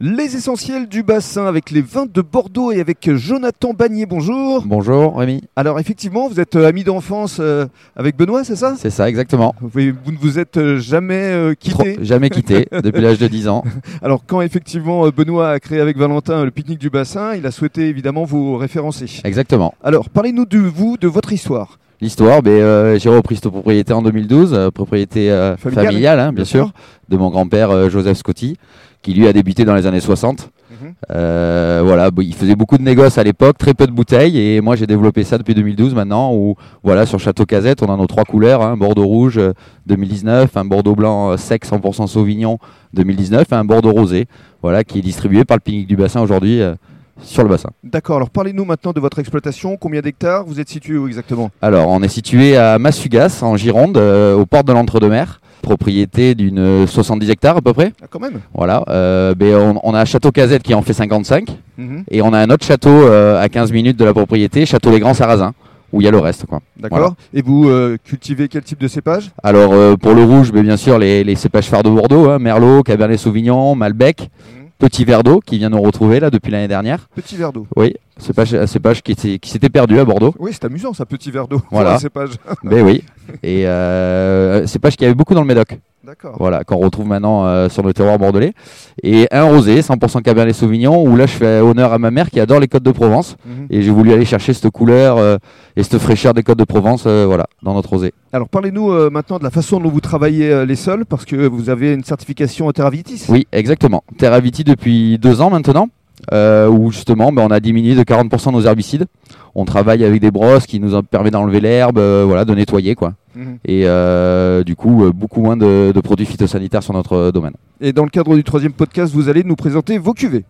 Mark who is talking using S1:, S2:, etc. S1: Les essentiels du bassin avec les vins de Bordeaux et avec Jonathan Bagnier. Bonjour.
S2: Bonjour Rémi,
S1: Alors effectivement, vous êtes euh, ami d'enfance euh, avec Benoît, c'est ça
S2: c'est ça exactement.
S1: vous, vous ne vous êtes euh, jamais euh, quitté.
S2: Trop- jamais quitté depuis l'âge de 10 ans.
S1: Alors quand effectivement euh, Benoît a créé avec Valentin euh, le pique-nique du bassin, il a souhaité évidemment vous référencer.
S2: Exactement.
S1: Alors parlez-nous de vous, de votre histoire.
S2: L'histoire, ben, euh, j'ai repris cette propriété en 2012, euh, propriété euh,
S1: Familiale,
S2: familiale, hein, bien,
S1: bien
S2: sûr, de mon grand-père euh, Joseph Scotti, qui lui a débuté dans les années 60.
S1: Mhm.
S2: Euh, voilà, bon, il faisait beaucoup de négoces à l'époque, très peu de bouteilles, et moi j'ai développé ça depuis 2012 maintenant, où voilà, sur Château Cazette, on a nos trois couleurs, un Bordeaux rouge euh, 2019, un Bordeaux blanc euh, sec 100% Sauvignon 2019, et un Bordeaux rosé, voilà, qui est distribué par le Pinique du Bassin aujourd'hui euh, sur le bassin.
S1: D'accord, alors parlez-nous maintenant de votre exploitation, combien d'hectares, vous êtes situé où exactement
S2: Alors, on est situé à Massugas, en Gironde, euh, aux portes de l'Entre-deux-Mers, propriété d'une euh, 70 hectares à peu près.
S1: ah, Quand même
S2: Voilà. euh, ben, on, on a un château Cazette qui en fait 55,
S1: Mhm,
S2: et on a un autre château euh, à 15 minutes de la propriété, château Les Grands Sarrasins, où il y a le reste. Quoi.
S1: D'accord. Et vous euh, cultivez quel type de cépage
S2: Alors, euh, pour le rouge, ben, bien sûr, les, les cépages phares de Bordeaux, hein, Merlot, Cabernet Sauvignon, Malbec,
S1: Mhm.
S2: Petit Verre d'eau qui vient nous retrouver là depuis l'année dernière.
S1: Petit verre d'eau.
S2: Oui, cépage, un cépage qui, était- qui s'était perdu à Bordeaux.
S1: Oui, c'est amusant ça, petit verre d'eau.
S2: Voilà.
S1: pour un cépage.
S2: ben oui. Et euh, cépage qu'il y avait beaucoup dans le Médoc.
S1: D'accord.
S2: voilà, qu'on retrouve maintenant euh, sur nos terroirs bordelais. Et un rosé, 100% Cabernet Sauvignon, où là je fais honneur à ma mère qui adore les Côtes de Provence.
S1: Mhm.
S2: Et j'ai voulu aller chercher cette couleur euh, et cette fraîcheur des Côtes de Provence euh, voilà, dans notre rosé.
S1: Alors parlez-nous euh, maintenant de la façon dont vous travaillez euh, les sols, parce que vous avez une certification en Terravitis.
S2: Oui, exactement. Terra Viti depuis deux ans maintenant, euh, où justement ben, on a diminué de 40% nos herbicides. On travaille avec des brosses qui nous permet d'enlever l'herbe, euh, voilà, de nettoyer. quoi.
S1: Mhm.
S2: Et euh, du coup, euh, beaucoup moins de, de produits phytosanitaires sur notre euh, domaine.
S1: Et dans le cadre du troisième podcast, vous allez nous présenter vos cuvées.